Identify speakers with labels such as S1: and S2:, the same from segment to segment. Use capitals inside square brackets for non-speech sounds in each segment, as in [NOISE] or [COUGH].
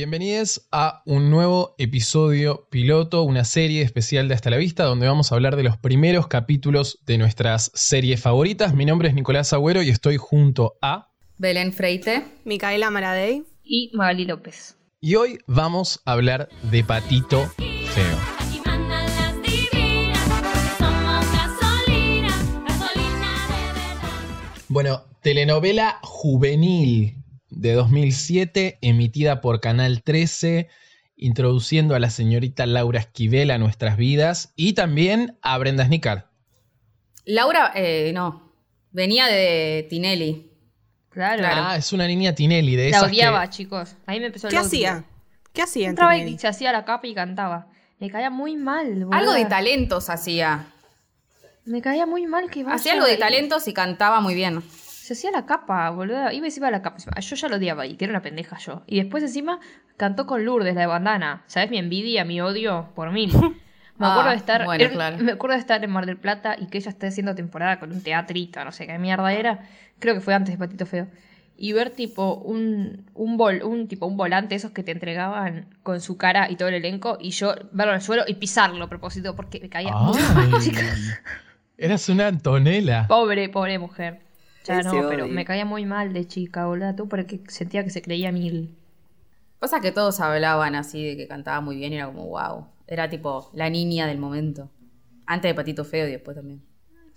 S1: Bienvenidos a un nuevo episodio piloto, una serie especial de Hasta la Vista, donde vamos a hablar de los primeros capítulos de nuestras series favoritas. Mi nombre es Nicolás Agüero y estoy junto a...
S2: Belén Freite
S3: Micaela Maradei.
S4: y Magali López.
S1: Y hoy vamos a hablar de Patito Feo.
S5: Aquí mandan las divinas, somos gasolina, gasolina de verdad.
S1: Bueno, telenovela juvenil de 2007, emitida por Canal 13, introduciendo a la señorita Laura Esquivel a nuestras vidas y también a Brenda Snicker.
S2: Laura, eh, no. Venía de Tinelli.
S4: Claro.
S1: Ah, es una niña Tinelli de
S4: La
S1: esas
S4: odiaba,
S1: que...
S4: chicos. Ahí me empezó
S3: ¿Qué
S4: la
S3: hacía?
S4: odiaba.
S3: ¿Qué hacía? en
S4: Entraba y
S3: Tinelli?
S4: se hacía la capa y cantaba. Me caía muy mal, boluda.
S2: Algo de talentos hacía.
S4: Me caía muy mal que vaya
S2: Hacía algo de
S4: ahí.
S2: talentos y cantaba muy bien.
S4: Se hacía la capa, boluda. Iba encima de la capa. Encima, Yo ya lo odiaba y que era una pendeja yo. Y después encima cantó con Lourdes, la de bandana. ¿Sabes? Mi envidia, mi odio
S2: [LAUGHS]
S4: por mil. Me
S2: Ah,
S4: acuerdo de estar.
S2: bueno,
S4: era-
S2: claro.
S4: Me acuerdo de estar en Mar del Plata y que ella esté haciendo temporada con un teatrito, no sé qué mierda era. Creo que fue antes de Patito Feo. Y ver tipo un, un, vol- un tipo un volante esos que te entregaban con su cara y todo el elenco, y yo verlo en el suelo y pisarlo a propósito, porque me caía muy
S1: Ay,
S4: mal, [LAUGHS] chicas.
S1: Eras una Antonella.
S4: Pobre, pobre mujer. Ya
S3: Ese
S4: no, pero
S3: odio.
S4: me caía muy mal de chica, boludo. Tú porque sentía que se creía mil.
S2: Pasa que todos hablaban así de que cantaba muy bien y era como wow. Era tipo la niña del momento. Antes de Patito Feo y después también.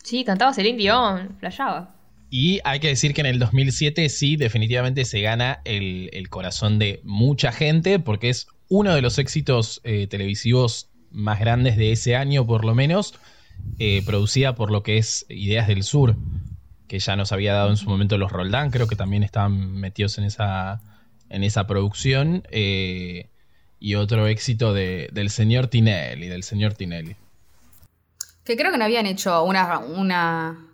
S4: Sí, cantaba Celine Dion, flashaba.
S1: Y hay que decir que en el 2007 sí, definitivamente se gana el, el corazón de mucha gente porque es uno de los éxitos eh, televisivos más grandes de ese año por lo menos, eh, producida por lo que es Ideas del Sur, que ya nos había dado en su momento los Roldán, creo que también estaban metidos en esa, en esa producción, eh, y otro éxito de- del señor Tinelli, del señor Tinelli.
S2: Que creo que no habían hecho una. una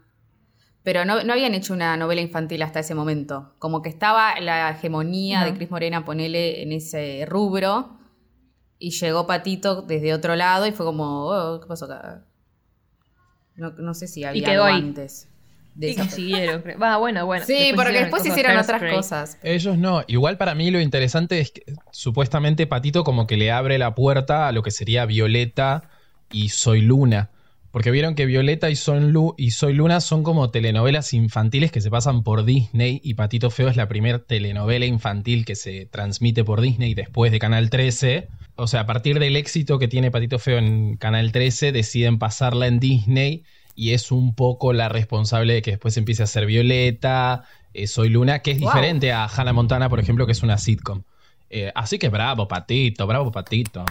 S2: pero no, no habían hecho una novela infantil hasta ese momento. Como que estaba la hegemonía de
S4: No.
S2: Cris Morena, ponele en ese rubro. Y llegó Patito desde otro lado y fue como, oh, ¿qué pasó acá? No, no sé si había
S4: quedó
S2: algo
S4: ahí.
S2: antes. de
S4: Y
S2: esa-
S4: consiguieron, creo. Va, bueno, bueno.
S2: sí, porque
S4: hicieron
S2: después
S4: cosas
S2: hicieron otras
S4: Hairspray.
S2: cosas.
S1: Ellos no. Igual para mí lo interesante es que supuestamente Patito como que le abre la puerta a lo que sería Violeta y Soy Luna. Porque vieron que Violeta y, Son Lu- y Soy Luna son como telenovelas infantiles que se pasan por Disney y Patito Feo es la primera telenovela infantil que se transmite por Disney después de Canal 13. O sea, a partir del éxito que tiene Patito Feo en Canal 13 deciden pasarla en Disney y es un poco la responsable de que después empiece a ser Violeta, eh, Soy Luna, que es
S2: Wow.
S1: diferente a Hannah Montana, por ejemplo, que es una sitcom. Eh, así que bravo, Patito, bravo, Patito.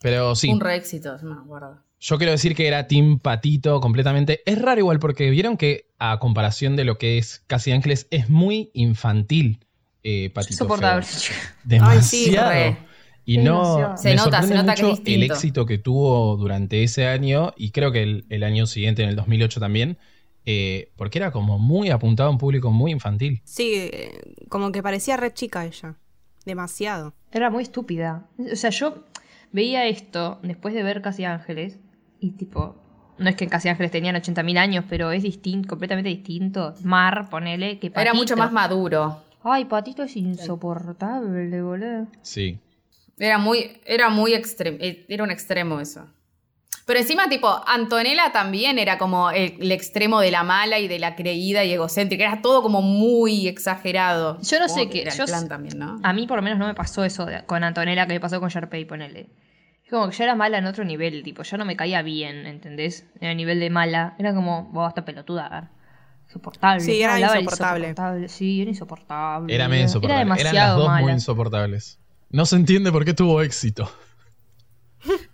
S1: Pero sí,
S2: Un re éxito, no me acuerdo.
S1: yo quiero decir que era Team Patito completamente. Es raro igual porque vieron que a comparación de lo que es Casi Ángeles, es muy infantil eh, Patito. Feo.
S4: Insoportable, chica.
S1: Demasiado.
S2: re.
S1: Y
S4: Qué
S1: no
S4: ilusión.
S2: Se
S1: me
S2: nota, se
S1: sorprende
S2: nota que es
S1: mucho el
S2: distinto.
S1: éxito que tuvo durante ese año y creo que el, el año siguiente, en el 2008 también, eh, porque era como muy apuntado a un público muy infantil.
S3: Sí, eh, como que parecía re chica ella. Demasiado.
S4: Era muy estúpida. O sea, yo veía esto después de ver Casi Ángeles y tipo. No es que en Casi Ángeles tenían 80.000 años, pero es distinto, completamente distinto. Mar, ponele, que
S2: Era
S4: Patito.
S2: mucho más maduro.
S4: Ay, Patito es insoportable, boludo.
S1: Sí.
S2: Era muy, era muy extremo, era un extremo eso. Pero encima, tipo, Antonella también era como el, el extremo de la mala y de la creída y egocéntrica. Era todo como muy exagerado.
S4: Yo
S2: Supongo
S4: no sé qué-
S2: Era el
S4: yo
S2: plan
S4: s-
S2: también, ¿no?
S4: A mí por lo menos no me pasó eso de- con Antonella que me pasó con Sharpay, ponele. Es como que ya era mala en otro nivel, tipo, ya no me caía bien, ¿entendés? En el nivel de mala. Era como, vos esta pelotuda, a ver. Insoportable.
S3: Sí, era
S4: Hablaba de
S3: insoportable.
S4: Sí, era insoportable.
S1: Era medio insoportable.
S4: Era demasiado
S1: Eran las dos
S4: mala.
S1: muy insoportables. No se entiende por qué tuvo éxito.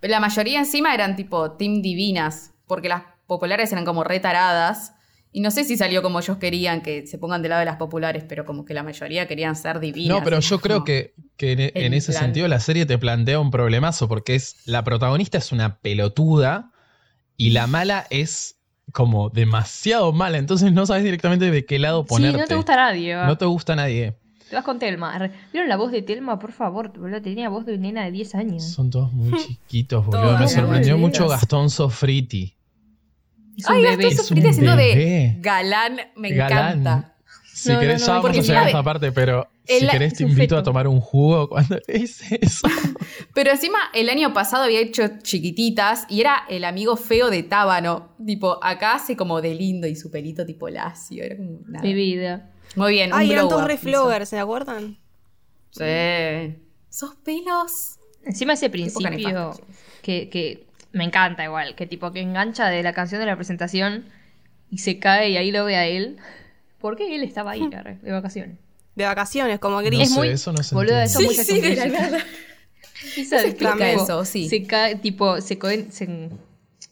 S2: Pero la mayoría encima eran tipo team divinas, porque las populares eran como retaradas. Y no sé si salió como ellos querían, que se pongan del lado de las populares, pero como que la mayoría querían ser divinas.
S1: No, pero yo creo
S2: Como-
S1: que, que en, en ese
S2: plan.
S1: sentido la serie te plantea un problemazo porque es la protagonista es una pelotuda y la mala es como demasiado mala, entonces no sabes directamente de qué lado
S4: Sí,
S1: ponerte.
S4: no te gusta nadie. va.
S1: No te gusta nadie.
S4: Te vas con Telma. Re- ¿Vieron la voz de Telma? Por favor, boludo, tenía voz de nena de 10 años.
S1: Son todos
S4: [LAUGHS]
S1: muy chiquitos, boludo.
S2: Todos
S1: Me
S2: eran
S1: sorprendió
S4: bebés.
S1: mucho Gastón Sofriti.
S4: Es un
S2: Ay,
S4: bebé.
S2: Gastón
S1: Es
S2: Sofriti
S1: un
S2: haciendo
S1: bebé.
S2: de galán, me
S1: Galán.
S2: encanta.
S1: Si
S4: No,
S1: querés,
S4: no, no,
S1: ya vamos
S2: porque
S1: a llegar a
S2: sabe-
S1: esta parte, pero Si
S4: El-
S1: querés
S4: es
S1: te
S4: un
S1: invito
S4: feto.
S1: a tomar un jugo cuando [LAUGHS] le hice eso.
S2: Pero encima, el año pasado había hecho chiquititas y era el amigo feo de Tábano. Tipo, acá hace como de lindo y su pelito tipo lacio. Era como nada.
S4: Mi vida.
S2: Muy bien. un
S3: Ay, eran
S2: blow
S3: todos
S2: up,
S3: re
S2: hizo.
S3: floggers, ¿se acuerdan?
S2: Sí. Sos pelos.
S4: Encima ese
S2: época
S4: principio
S2: nefasta,
S4: que, que me encanta igual, que tipo que engancha de la canción de la presentación y se cae y ahí lo ve a él. ¿Por qué él estaba
S2: Hmm.
S4: ahí arre, de vacaciones?
S3: De vacaciones, como
S1: No
S3: gris.
S4: es
S1: sé,
S4: muy-
S1: eso no se
S4: boluda,
S1: entiende.
S4: eso muy
S2: nada.
S4: Esa
S2: se
S4: de
S2: explica
S4: tipo,
S2: eso, sí.
S4: Se cae, tipo, se, co- se,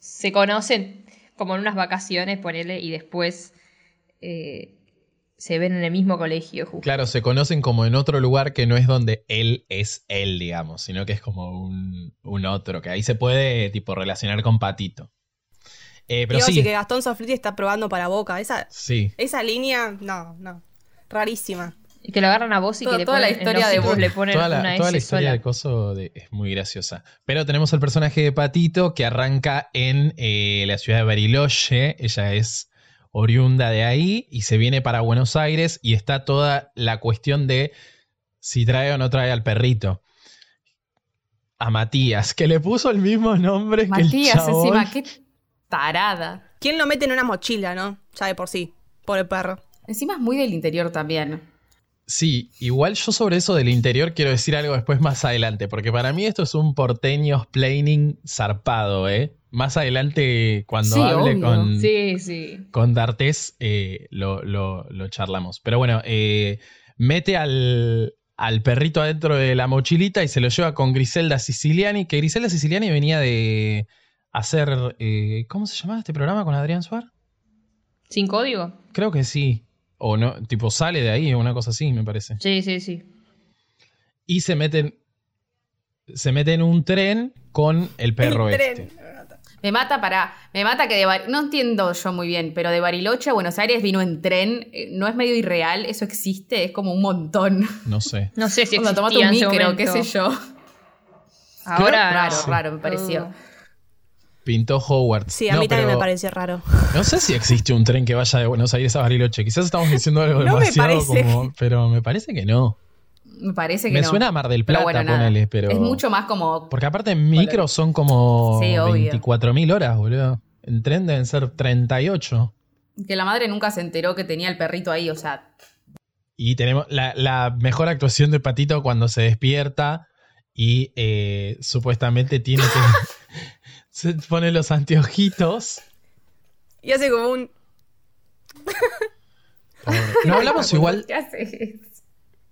S4: se conocen como en unas vacaciones, ponele, y después eh, se ven en el mismo colegio. justo.
S1: Claro, se conocen como en otro lugar que no es donde él es él, digamos, sino que es como un, un otro, que ahí se puede tipo relacionar con Patito. Eh, pero
S3: Digo,
S1: sí,
S3: así que Gastón Sofriti está probando para Boca. Esa,
S1: sí.
S3: esa línea, no, no. Rarísima.
S4: Y que lo agarran a vos y
S2: Toda-
S4: que le
S2: toda
S4: ponen,
S2: la
S4: en los
S2: historia de
S4: ciclos
S2: vos.
S4: le ponen
S1: Toda la,
S4: una
S1: toda la
S4: S
S1: historia
S4: sola.
S1: de Coso de- es muy graciosa. Pero tenemos al personaje de Patito que arranca en eh, la ciudad de Bariloche. Ella es oriunda de ahí y se viene para Buenos Aires y está toda la cuestión de si trae o no trae al perrito. A Matías, que le puso el mismo nombre que el
S2: Matías,
S1: chabón.
S2: encima, qué tarada.
S3: ¿Quién lo mete en una mochila, no? Ya de por sí. Por el perro.
S2: Encima es muy del interior también.
S1: Sí, igual yo sobre eso del interior quiero decir algo después más adelante, porque para mí esto es un porteño planning zarpado, ¿eh? Más adelante, cuando
S2: Sí,
S1: hable
S2: obvio.
S1: con,
S4: Sí, sí.
S1: con D'Artés, eh, lo, lo- lo charlamos. Pero bueno, eh, mete al, al perrito adentro de la mochilita y se lo lleva con Griselda Siciliani, que Griselda Siciliani venía de hacer, eh, ¿cómo se llamaba este programa con Adrián Suárez?
S4: ¿Sin código?
S1: Creo que sí. O no, tipo sale de ahí, una cosa así, me parece.
S4: Sí, sí, sí.
S1: y se meten se meten en un tren con el perro
S3: El
S1: este.
S3: tren.
S2: Me mata para. Me mata que de Bar- No entiendo yo muy bien, pero de Bariloche a Buenos Aires vino en tren. Eh, No es medio irreal, eso existe, es como un montón.
S1: No sé.
S4: No sé si
S2: Cuando tomate
S4: existía
S2: un
S4: en ese
S2: micro, qué
S4: momento.
S2: sé yo.
S4: Ahora
S2: Raro,
S4: no.
S2: raro, me pareció.
S4: Uh.
S1: Pintó Howard.
S3: Sí, a
S1: No,
S3: mí también
S1: pero
S3: me pareció raro.
S1: No sé si existe un tren que vaya de Buenos Aires a Bariloche. Quizás estamos diciendo algo
S3: No me
S1: demasiado
S3: parece.
S1: como. Pero me parece que no.
S2: Me parece que
S1: Me
S2: no.
S1: suena a Mar del
S2: Pero
S1: Plata,
S2: bueno, nada.
S1: ponele, pero.
S2: Es mucho más como.
S1: Porque aparte en micro son como
S2: Sí, obvio.
S1: 24.000 horas, boludo. En tren deben ser 38.
S2: Que la madre nunca se enteró que tenía el perrito ahí, o sea.
S1: Y tenemos la, la mejor actuación de Patito cuando se despierta y eh, supuestamente tiene que. [LAUGHS] se pone los anteojitos.
S3: Y hace
S1: [LAUGHS]
S3: como un.
S1: Pobre. No hablamos igual
S4: Uh.
S2: ¿Qué haces?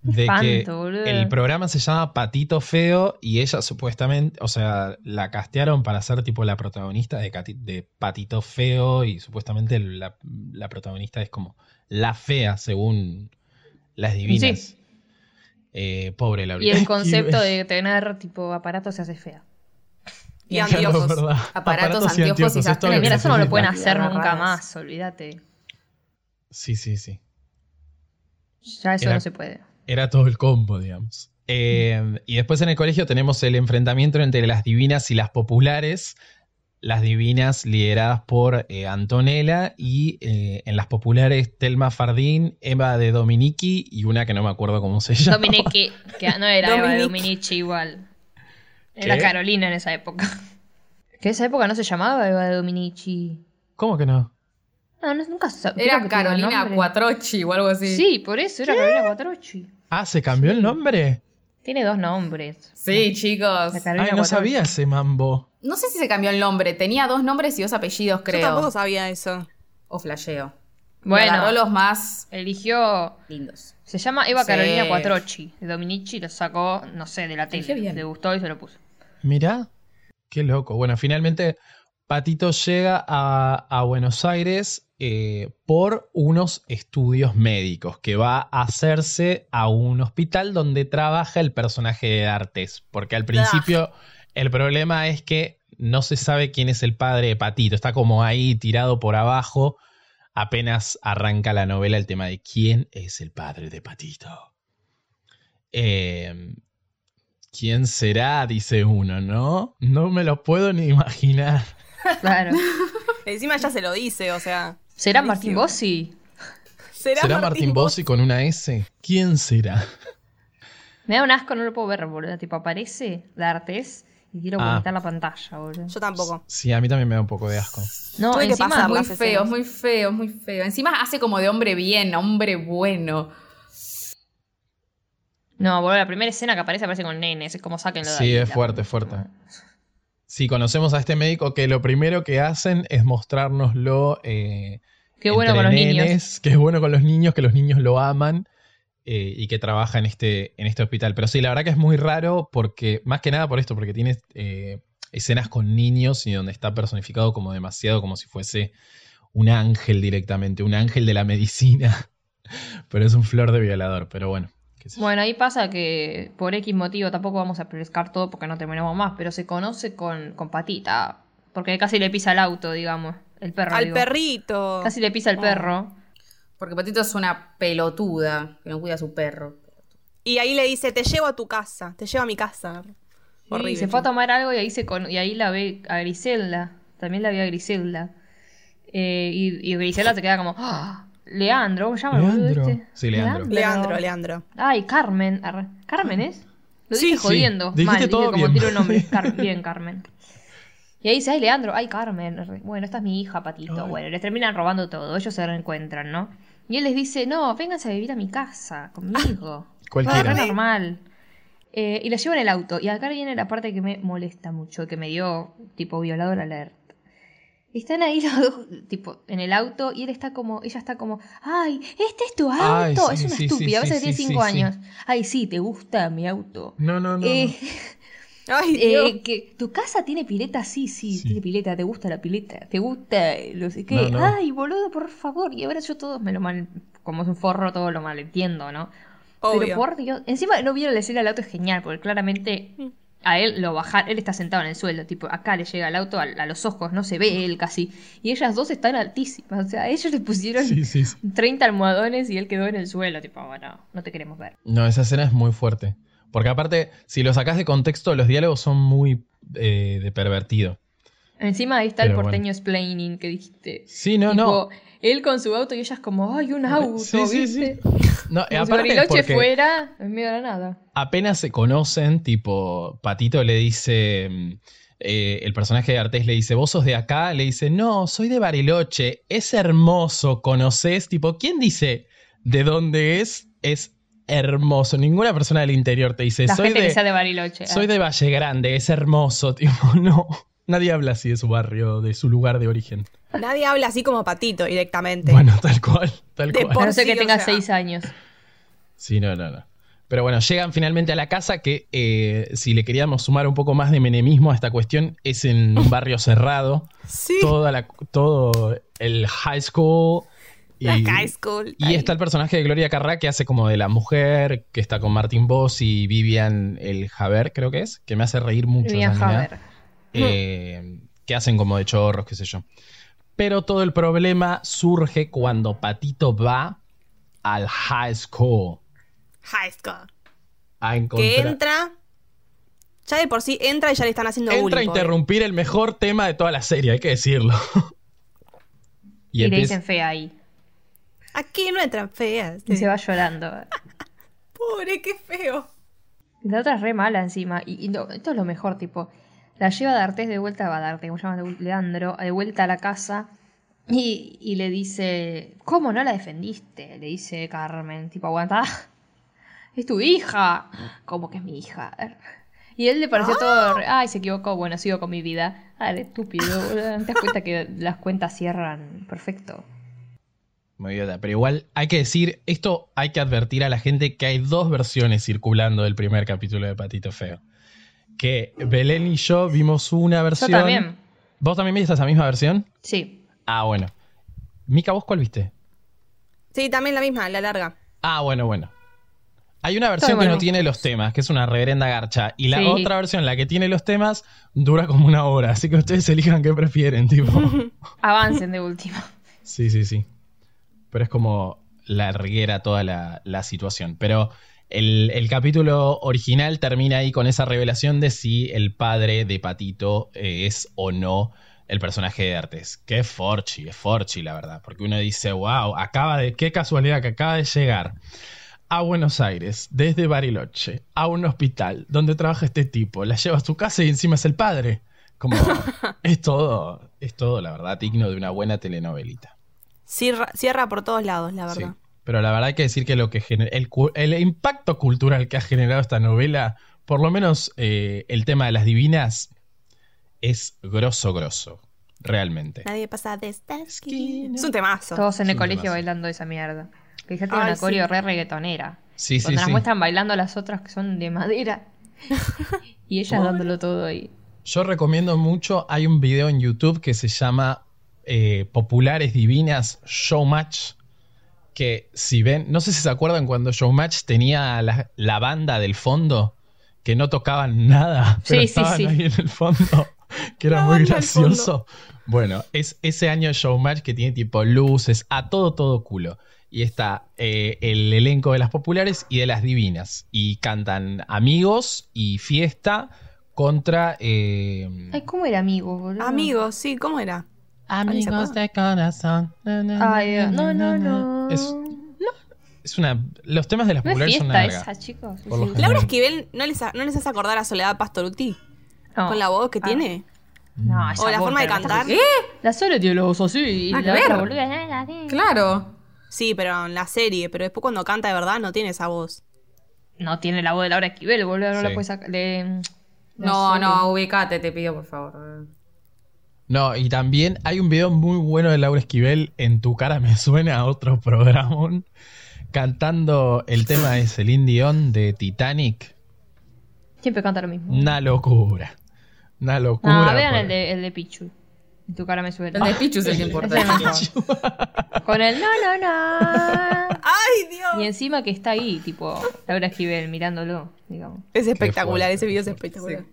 S1: de que
S4: Espanto, boludo.
S1: el programa se llama Patito Feo y ella supuestamente, o sea, la castearon para ser tipo la protagonista de, Cati- de Patito Feo y supuestamente la, la protagonista es como la fea según las divinas.
S4: Sí.
S1: Eh, pobre la
S4: [LAUGHS] Y el concepto de tener tipo aparatos se hace fea.
S3: Y
S1: Claro,
S3: anteojos.
S1: es verdad.
S2: Aparatos, anteojos y
S1: es todo
S2: sastres.
S1: lo que
S4: Mira,
S1: se
S4: eso no lo
S1: necesita.
S4: pueden
S2: Las
S4: hacer
S2: garras
S4: nunca
S2: raras.
S4: más, olvídate.
S1: Sí, sí, sí.
S4: Ya eso
S1: Era-
S4: no se [LAUGHS] puede.
S1: Era todo el combo, digamos. Eh, y después en el colegio tenemos el enfrentamiento entre las divinas y las populares. Las divinas lideradas por eh, Antonella y eh, en las populares Telma Fardín, Eva de Dominici y una que no me acuerdo cómo se llama.
S4: Dominique, que no era Eva
S3: Dominique.
S4: Dominici igual. Era
S1: ¿Qué?
S4: Carolina en esa época. Que esa época no se llamaba Eva Dominici.
S1: ¿Cómo que no?
S4: No, no nunca sa- creo
S2: Era
S4: que tuvo
S2: Carolina
S4: nombre.
S2: Cuatrochi o algo así.
S4: Sí, por eso era Carolina Cuatrochi.
S1: Ah, ¿se cambió el nombre?
S4: Tiene dos nombres.
S2: Sí, chicos.
S4: La
S1: Ay,
S4: Carolina
S1: no
S4: Cuatrochi.
S1: sabía ese mambo.
S2: No sé si se cambió el nombre. Tenía dos nombres y dos apellidos, creo.
S3: Yo tampoco sabía eso.
S2: O flasheo.
S4: Bueno.
S2: Bueno. Agarró los más
S4: Eligió.
S2: lindos.
S4: Se llama Eva
S2: Sí.
S4: Carolina Cuatrochi. De Dominici lo sacó, no sé, de la
S2: Eligió
S4: tele.
S2: bien.
S4: Le gustó y se
S3: [LAUGHS]
S4: lo puso.
S1: Mirá, qué loco. Bueno, finalmente Patito llega a, a Buenos Aires eh, por unos estudios médicos que va a hacerse a un hospital donde trabaja el personaje de Artes. Porque al principio el problema es que no se sabe quién es el padre de Patito. Está como ahí tirado por abajo. Apenas arranca la novela el tema de quién es el padre de Patito. Eh, ¿Quién será? Dice uno, ¿no? No me lo puedo ni imaginar.
S4: Claro.
S3: Encima ya se lo dice, o sea.
S4: ¿Será Martín Bossi?
S3: ¿Será,
S1: ¿Será Martín Bossi con una S? ¿Quién será?
S4: Me da un asco, no lo puedo ver, boludo. Tipo, aparece la artes y quiero
S1: Ah.
S4: vomitar la pantalla, boludo.
S3: Yo tampoco.
S1: Sí, a mí también me da un poco de asco.
S4: No,
S3: Tuve que
S4: encima,
S3: pasar.
S2: Muy
S3: las
S2: feo,
S3: escenas.
S2: muy feo, muy feo. Encima hace como de hombre bien, hombre bueno.
S4: No, boludo, la primera escena que aparece aparece con nenes. Es como sáquenlo de ahí.
S1: Sí, es
S4: la
S1: fuerte,
S4: puta
S1: fuerte.
S4: madre.
S1: Sí, conocemos a este médico que lo primero que hacen es mostrárnoslo. eh,
S4: Qué bueno
S1: entre
S4: con los niños.
S1: nenes, [LAUGHS] Que es bueno con los niños, que los niños lo aman eh, y que trabaja en este, en este hospital. Pero sí, la verdad que es muy raro porque, más que nada por esto, porque tiene eh, escenas con niños y donde está personificado como demasiado, como si fuese un ángel directamente, un ángel de la medicina. [LAUGHS] Pero es un flor de violador, pero bueno. qué sé yo.
S4: Bueno, ahí pasa que por X motivo tampoco vamos a pescar todo porque no terminamos más, pero se conoce con, con patita. Porque casi le pisa el auto, digamos. El perro.
S3: Al
S4: digo.
S3: perrito.
S4: Casi le pisa el
S3: Oh.
S4: perro.
S2: Porque Patito es una pelotuda que no cuida a su perro.
S3: Y ahí le dice, te llevo a tu casa, te llevo a mi casa.
S4: Y
S3: Horrible.
S4: se fue a tomar algo y ahí, se con- y ahí la ve a Griselda. También la ve a Griselda. Eh, y, y Griselda se queda como. ¡Ah! Leandro, ¿cómo se llama el boludo
S1: Leandro.
S4: este?
S1: Sí, Leandro.
S3: Leandro, Leandro.
S4: Ay, Carmen. arre. ¿Carmen es? Lo
S1: Sí,
S4: dije
S1: sí.
S4: jodiendo.
S1: Dijiste
S4: Mal,
S1: todo
S4: dije como
S1: bien.
S4: tiene
S1: [LAUGHS]
S4: un nombre. Car- bien, Carmen. Y ahí dice, ay, Leandro, ay, Carmen. arre. Bueno, esta es mi hija, Patito.
S1: Ay.
S4: Bueno, les terminan robando todo. Ellos se reencuentran, ¿no? Y él les dice, no, vénganse a vivir a mi casa, conmigo.
S1: Cualquiera.
S4: Ah, re normal. Eh, y la llevan en el auto. Y acá viene la parte que me molesta mucho, que me dio tipo violador alert. Están ahí [LAUGHS] los dos, tipo, en el auto, y él está como, ella está como, ay, este es tu auto.
S1: Ay, sí,
S4: es una
S1: sí,
S4: estúpida, a
S1: sí,
S4: veces
S1: sí,
S4: tiene
S1: sí,
S4: cinco
S1: sí, sí.
S4: años. Ay, sí, te gusta mi auto.
S1: No, no, no, no. [LAUGHS]
S4: Eh,
S3: Ay, Dios.
S4: eh, que tu casa tiene pileta, sí, sí,
S1: Sí.
S4: tiene pileta, te gusta la pileta, te gusta eh, lo sé qué.
S1: No, no.
S4: Ay, boludo, por favor. Y ahora yo todo me lo mal, como es un forro, todo lo malentiendo, ¿no? Pero
S3: Obvio.
S4: por Dios, encima no vieron la escena del auto, es genial, porque claramente
S3: Mm.
S4: a él lo bajar, él está sentado en el suelo, tipo, acá le llega el auto a, a los ojos, no se ve él casi. Y ellas dos están altísimas, o sea, ellos le pusieron
S1: Sí, sí, sí.
S4: 30 almohadones y él quedó en el suelo, tipo, bueno, no te queremos ver.
S1: No, esa escena es muy fuerte. Porque aparte, si lo sacás de contexto, los diálogos son muy eh, de pervertido.
S4: Encima ahí está el
S1: Pero bueno.
S4: porteño explaining que dijiste.
S1: Sí, no, no.
S4: Tipo, Él con su auto y ellas como, ay, un auto,
S1: Sí, sí, sí.
S4: ¿viste?
S1: No,
S4: Como si
S1: aparte
S4: Bariloche
S1: porque
S4: fuera, en medio de la nada.
S1: apenas se conocen, tipo, Patito le dice, mm, eh, el personaje de Artés le dice, vos sos de acá, le dice, no, soy de Bariloche, es hermoso, conoces, tipo, ¿quién dice de dónde es? Es hermoso, ninguna persona del interior te dice,
S4: La
S1: Eh, soy
S4: gente que sea
S1: de,
S4: de Bariloche.
S1: soy
S4: ah.
S1: de Valle Grande, es hermoso, [LAUGHS] tipo, no. Nadie habla así de su barrio, de su lugar de origen.
S3: Nadie habla así como patito directamente.
S1: Bueno, tal cual, tal
S3: De
S1: cual.
S4: A
S3: por
S4: no sé que
S3: sí, o
S4: tenga
S3: sea.
S4: 6 años.
S1: Sí, no, no, no. Pero bueno, llegan finalmente a la casa que eh, si le queríamos sumar un poco más de menemismo a esta cuestión, es en un barrio cerrado.
S3: sí.
S1: Toda la, todo el high school. Y,
S3: la high school.
S1: y
S3: Ay.
S1: está el personaje de Gloria Carrá que hace como de la mujer, que está con Martin Voss y Vivian el Javer, creo que es, que me hace reír mucho.
S4: Vivian
S1: esa mina.
S4: Haber.
S1: Eh, que hacen como de chorros, qué sé yo. Pero todo el problema surge cuando Patito va al high school
S3: High school.
S1: a
S3: Que
S1: encontrar.
S3: entra. Ya de por sí entra y ya le están haciendo
S1: entra a
S3: bullying. pobre.
S1: interrumpir el mejor tema de toda la serie, hay que decirlo. y
S4: Y, le
S1: empieza,
S4: dicen fea ahí.
S3: Aquí no entran feas.
S4: Y se va llorando.
S3: Pobre, qué feo.
S4: La otra es re mala encima. Y, y no- esto es lo mejor, tipo. La lleva a D'Artes de vuelta, va a D'Artes, como se llama de- Leandro, de vuelta a la casa. Y, y le dice, ¿cómo no la defendiste? Le dice Carmen, tipo, aguanta. Es tu hija. ¿Cómo que es mi hija? Y él le pareció todo, re- ay, se equivocó, bueno, sigo con mi vida. Dale, estúpido, boludo, ¿no te das cuenta que las cuentas cierran perfecto.
S1: Muy idiota, pero igual hay que decir, esto hay que advertir a la gente que hay dos versiones circulando del primer capítulo de Patito Feo. Que Belén y yo vimos una
S4: Yo
S1: versión.
S4: también,
S1: ¿Vos también viste esa misma versión?
S4: sí.
S1: Ah, bueno. Mica, ¿vos cuál viste?
S3: Sí, también la misma, la larga.
S1: Ah, bueno, bueno. Hay una versión que
S4: bueno.
S1: no tiene los temas, que es una reverenda garcha. Y la
S4: Sí.
S1: otra versión, la que tiene los temas, dura como una hora. Así que ustedes [LAUGHS] elijan qué prefieren, tipo.
S4: [LAUGHS] Avancen de último.
S1: Sí, sí, sí. Pero es como larguera toda la, la situación. Pero el, el capítulo original termina ahí con esa revelación de si el padre de Patito eh, es o no el personaje de Artes. Que es Forchi, es Forchi, la verdad. Porque uno dice, wow, acaba de. Qué casualidad que acaba de llegar a Buenos Aires, desde Bariloche, a un hospital donde trabaja este tipo, la lleva a su casa y encima es el padre. Como es todo, es todo, la verdad, digno de una buena telenovelita.
S3: Cierra, cierra por todos lados, la
S1: Sí.
S3: verdad.
S1: Pero la verdad hay que decir que lo que gener- el, cu- el impacto cultural que ha generado esta novela, por lo menos eh, el tema de las divinas, es grosso, grosso,
S4: Ah,
S1: realmente.
S3: Nadie pasa de esta esquina.
S1: Esquina.
S3: Es un temazo.
S4: Todos en
S1: Es
S4: el
S1: un
S4: colegio
S1: temazo.
S4: bailando esa mierda. Que fíjate
S3: Ay,
S4: una
S3: sí.
S4: coreo re reggaetonera.
S1: Sí, sí,
S4: Cuando las
S1: sí.
S4: muestran bailando a las otras que son de madera. y ellas dándolo todo ahí.
S1: Yo recomiendo mucho, hay un video en YouTube que se llama eh, Populares Divinas Showmatch, que si ven, no sé si se acuerdan cuando Showmatch tenía la, la banda del fondo, que no tocaban nada, [LAUGHS] pero
S4: Sí, sí,
S1: estaban
S4: sí.
S1: ahí en el fondo, [LAUGHS] que era
S3: La
S1: muy
S3: banda del fondo.
S1: gracioso. [LAUGHS] Bueno, es ese año de Showmatch que tiene tipo luces, a todo, todo culo. Y está eh, el elenco de las populares y de las divinas. Y cantan amigos y fiesta contra... eh,
S4: Ay, ¿cómo era amigos, boludo?
S3: Amigos, sí, ¿cómo era?
S1: Amigos
S3: acuerda?
S1: de corazón. Na, na,
S4: Ay,
S1: na,
S4: no,
S1: na,
S4: no, no.
S1: na. Es, es una. Los temas de las
S4: No es
S1: populares son
S4: fiesta
S1: una verga.
S4: esa, chicos.
S1: Por lo
S4: Sí.
S1: general.
S3: Laura Esquivel, ¿no les, ha- ¿no les hace acordar a Soledad Pastoruti?
S4: No.
S3: Con la voz que
S4: Ah.
S3: tiene.
S4: No, esa
S3: O la
S4: voz,
S3: forma de
S4: pero no está-
S3: cantar.
S2: ¿Qué?
S4: La sola tiene los ojos así. Y
S2: Nada
S4: la
S2: que
S4: otra
S2: ver.
S4: boluda. la, la, la.
S2: Claro.
S3: Sí, pero en la serie. Pero después cuando canta de verdad no tiene esa voz.
S4: No tiene la voz de Laura Esquivel, boludo. No
S1: Sí.
S4: la puede sacar. de- mm,
S2: No,
S4: sé.
S2: no, ubicate, te pido, por
S4: [LAUGHS]
S2: favor.
S1: No, y también hay un video muy bueno de Laura Esquivel. En tu cara me suena [LAUGHS] a otro programa. Cantando el tema de Celine Dion de Titanic.
S4: Siempre canta lo mismo.
S1: Una locura. Una locura.
S4: Ah, vean
S1: Mm, por-
S4: el de, el de Pichu. En tu cara me sube
S2: El
S4: [LAUGHS]
S2: de Pichu es el que importa.
S4: Ese
S2: [LAUGHS]
S4: me mejor. Con el no, no, no.
S3: ¡Ay, Dios!
S4: Y encima que está ahí, tipo, Laura Esquivel mirándolo, digamos.
S3: Es
S1: Qué
S3: espectacular,
S1: fuerte,
S3: ese video es
S1: qué
S3: espectacular.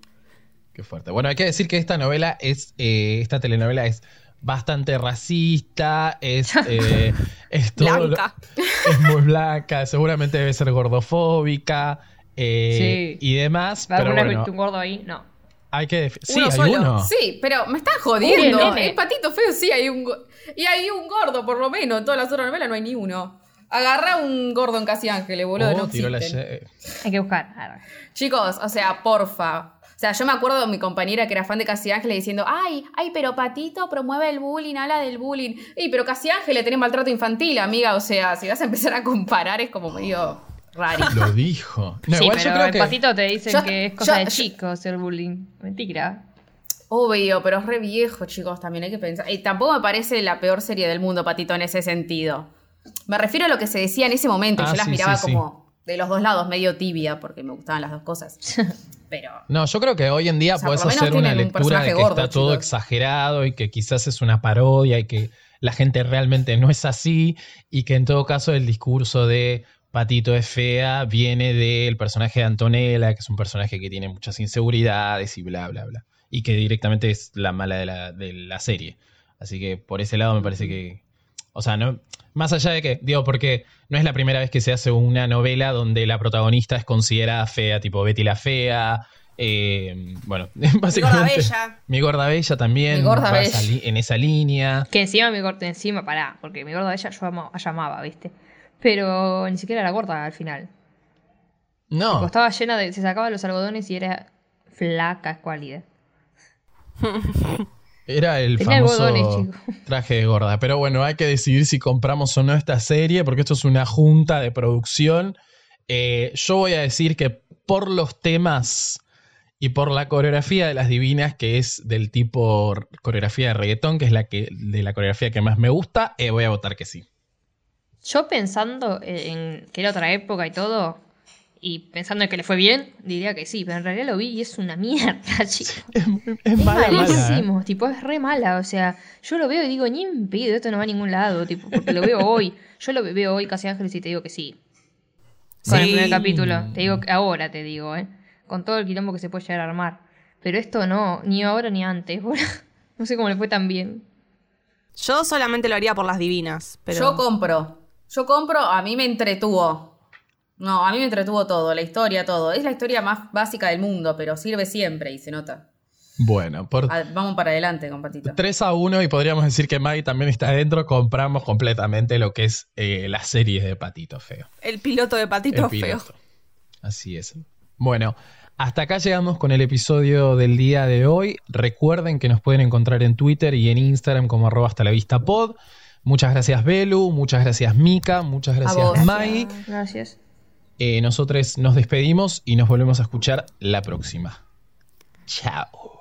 S1: Qué fuerte. Bueno, hay que decir que esta novela es. eh, esta telenovela es bastante racista. Es. eh, es todo lo-
S4: [LAUGHS]
S3: Blanca.
S1: [LAUGHS] es muy blanca, seguramente debe ser gordofóbica eh,
S4: Sí.
S1: y demás.
S4: ¿Va a
S1: Pero
S4: poner
S1: bueno,
S4: un gordo ahí? No.
S1: hay que. defi- Sí,
S3: Uno
S1: hay
S3: solo.
S1: uno.
S2: Sí, pero me están jodiendo.
S4: Uy, el nene.
S2: el patito feo sí hay un go- y hay un gordo por lo menos, en todas las otras novelas no hay ni uno. Agarra un gordo en Casi Ángeles, boludo,
S1: Oh,
S2: no
S1: tiró la
S2: existen.
S1: ye-
S4: Hay que buscar. Arre.
S2: Chicos, o sea, porfa. O sea, yo me acuerdo de mi compañera que era fan de Casi Ángeles diciendo, ay, ay, pero Patito promueve el bullying, habla del bullying. Y pero Casi Ángeles tenés maltrato infantil, amiga. O sea, si vas a empezar a comparar es como medio raro.
S1: Lo dijo. No,
S4: sí,
S1: igual
S4: pero
S1: yo creo
S4: en
S1: que.
S4: Patito te dicen
S2: Yo-
S4: que es cosa
S2: yo-
S4: de
S2: yo-
S4: chicos el bullying. Mentira.
S2: Obvio, pero es re viejo, chicos, también hay que pensar. Y tampoco me parece la peor serie del mundo, Patito, en ese sentido. Me refiero a lo que se decía en ese momento. y
S1: Ah,
S2: yo las
S1: sí,
S2: miraba
S1: sí, sí.
S2: como de los dos lados, medio tibia, porque me gustaban las dos
S1: [LAUGHS]
S2: cosas. Pero
S1: No, yo creo que hoy en día
S2: O sea,
S1: puedes
S2: por lo menos
S1: hacer una
S2: tienen un
S1: lectura de
S2: personaje
S1: que
S2: gordo,
S1: está todo
S2: chicos.
S1: exagerado y que quizás es una parodia y que la gente realmente no es así y que en todo caso el discurso de Patito es fea viene del personaje de Antonella, que es un personaje que tiene muchas inseguridades y bla, bla, bla. Y que directamente es la mala de la, de la serie. Así que por ese lado me parece que... O sea, no, más allá de que, digo, porque no es la primera vez que se hace una novela donde la protagonista es considerada fea, tipo Betty la Fea. eh, bueno, [LAUGHS]
S3: Mi gorda
S1: básicamente.
S3: bella.
S1: Mi gorda bella también.
S2: Mi gorda
S1: va a
S2: bella.
S1: sali- En esa línea.
S4: Que encima mi gorda, encima, pará, porque mi gorda ella yo amaba, llamaba, ¿viste? Pero ni siquiera era gorda al final. Tipo,
S1: No.
S4: estaba llena de. Se sacaba los algodones y era flaca, escuálida.
S1: Era el
S4: Tenía
S1: famoso
S4: algodones, [LAUGHS]
S1: traje de gorda. Pero bueno, hay que decidir si compramos o no esta serie, porque esto es una junta de producción. Eh, yo voy a decir que por los temas y por la coreografía de las divinas, que es del tipo r- coreografía de reggaetón, que es la que, de la coreografía que más me gusta, eh, voy a votar que sí.
S4: Yo pensando e-, en que era otra época y todo, y pensando en que le fue bien, diría que sí, pero en realidad lo vi y es una mierda, [LAUGHS] chicos.
S1: Es,
S4: Es
S1: mala, mala, ¿eh?
S4: malísimo, tipo, es re mala, o sea, yo lo veo y digo, ni en pedo, esto no va a ningún lado, tipo, porque lo veo hoy. [LAUGHS] Yo lo veo hoy, Casi Ángeles, y te digo que sí. Con el
S3: Sí.
S4: primer capítulo, te digo, que- ahora te digo, ¿eh? Con todo el quilombo que se puede llegar a armar. Pero esto no, ni ahora ni antes, [LAUGHS] boludo. No sé cómo le fue tan bien.
S3: Yo solamente lo haría por las divinas. Pero...
S2: yo compro. Yo compro, a mí me entretuvo. No, a mí me entretuvo todo, la historia, todo. Es la historia más básica del mundo, pero sirve siempre y se nota.
S1: Bueno, por
S2: A- vamos para adelante con Patito.
S1: 3 a 1 y podríamos decir que Maggie también está adentro, compramos completamente lo que es eh, las series de Patito Feo.
S3: El piloto de patito
S1: El
S3: feo.
S1: piloto. Así es. Bueno, hasta acá llegamos con el episodio del día de hoy. Recuerden que nos pueden encontrar en Twitter y en Instagram como arroba hasta la vista pod. Muchas gracias Belu, muchas gracias Mika, muchas gracias
S2: vos.
S1: Mai.
S4: Gracias.
S1: Eh, nosotros nos despedimos y nos volvemos a escuchar la próxima. Chao.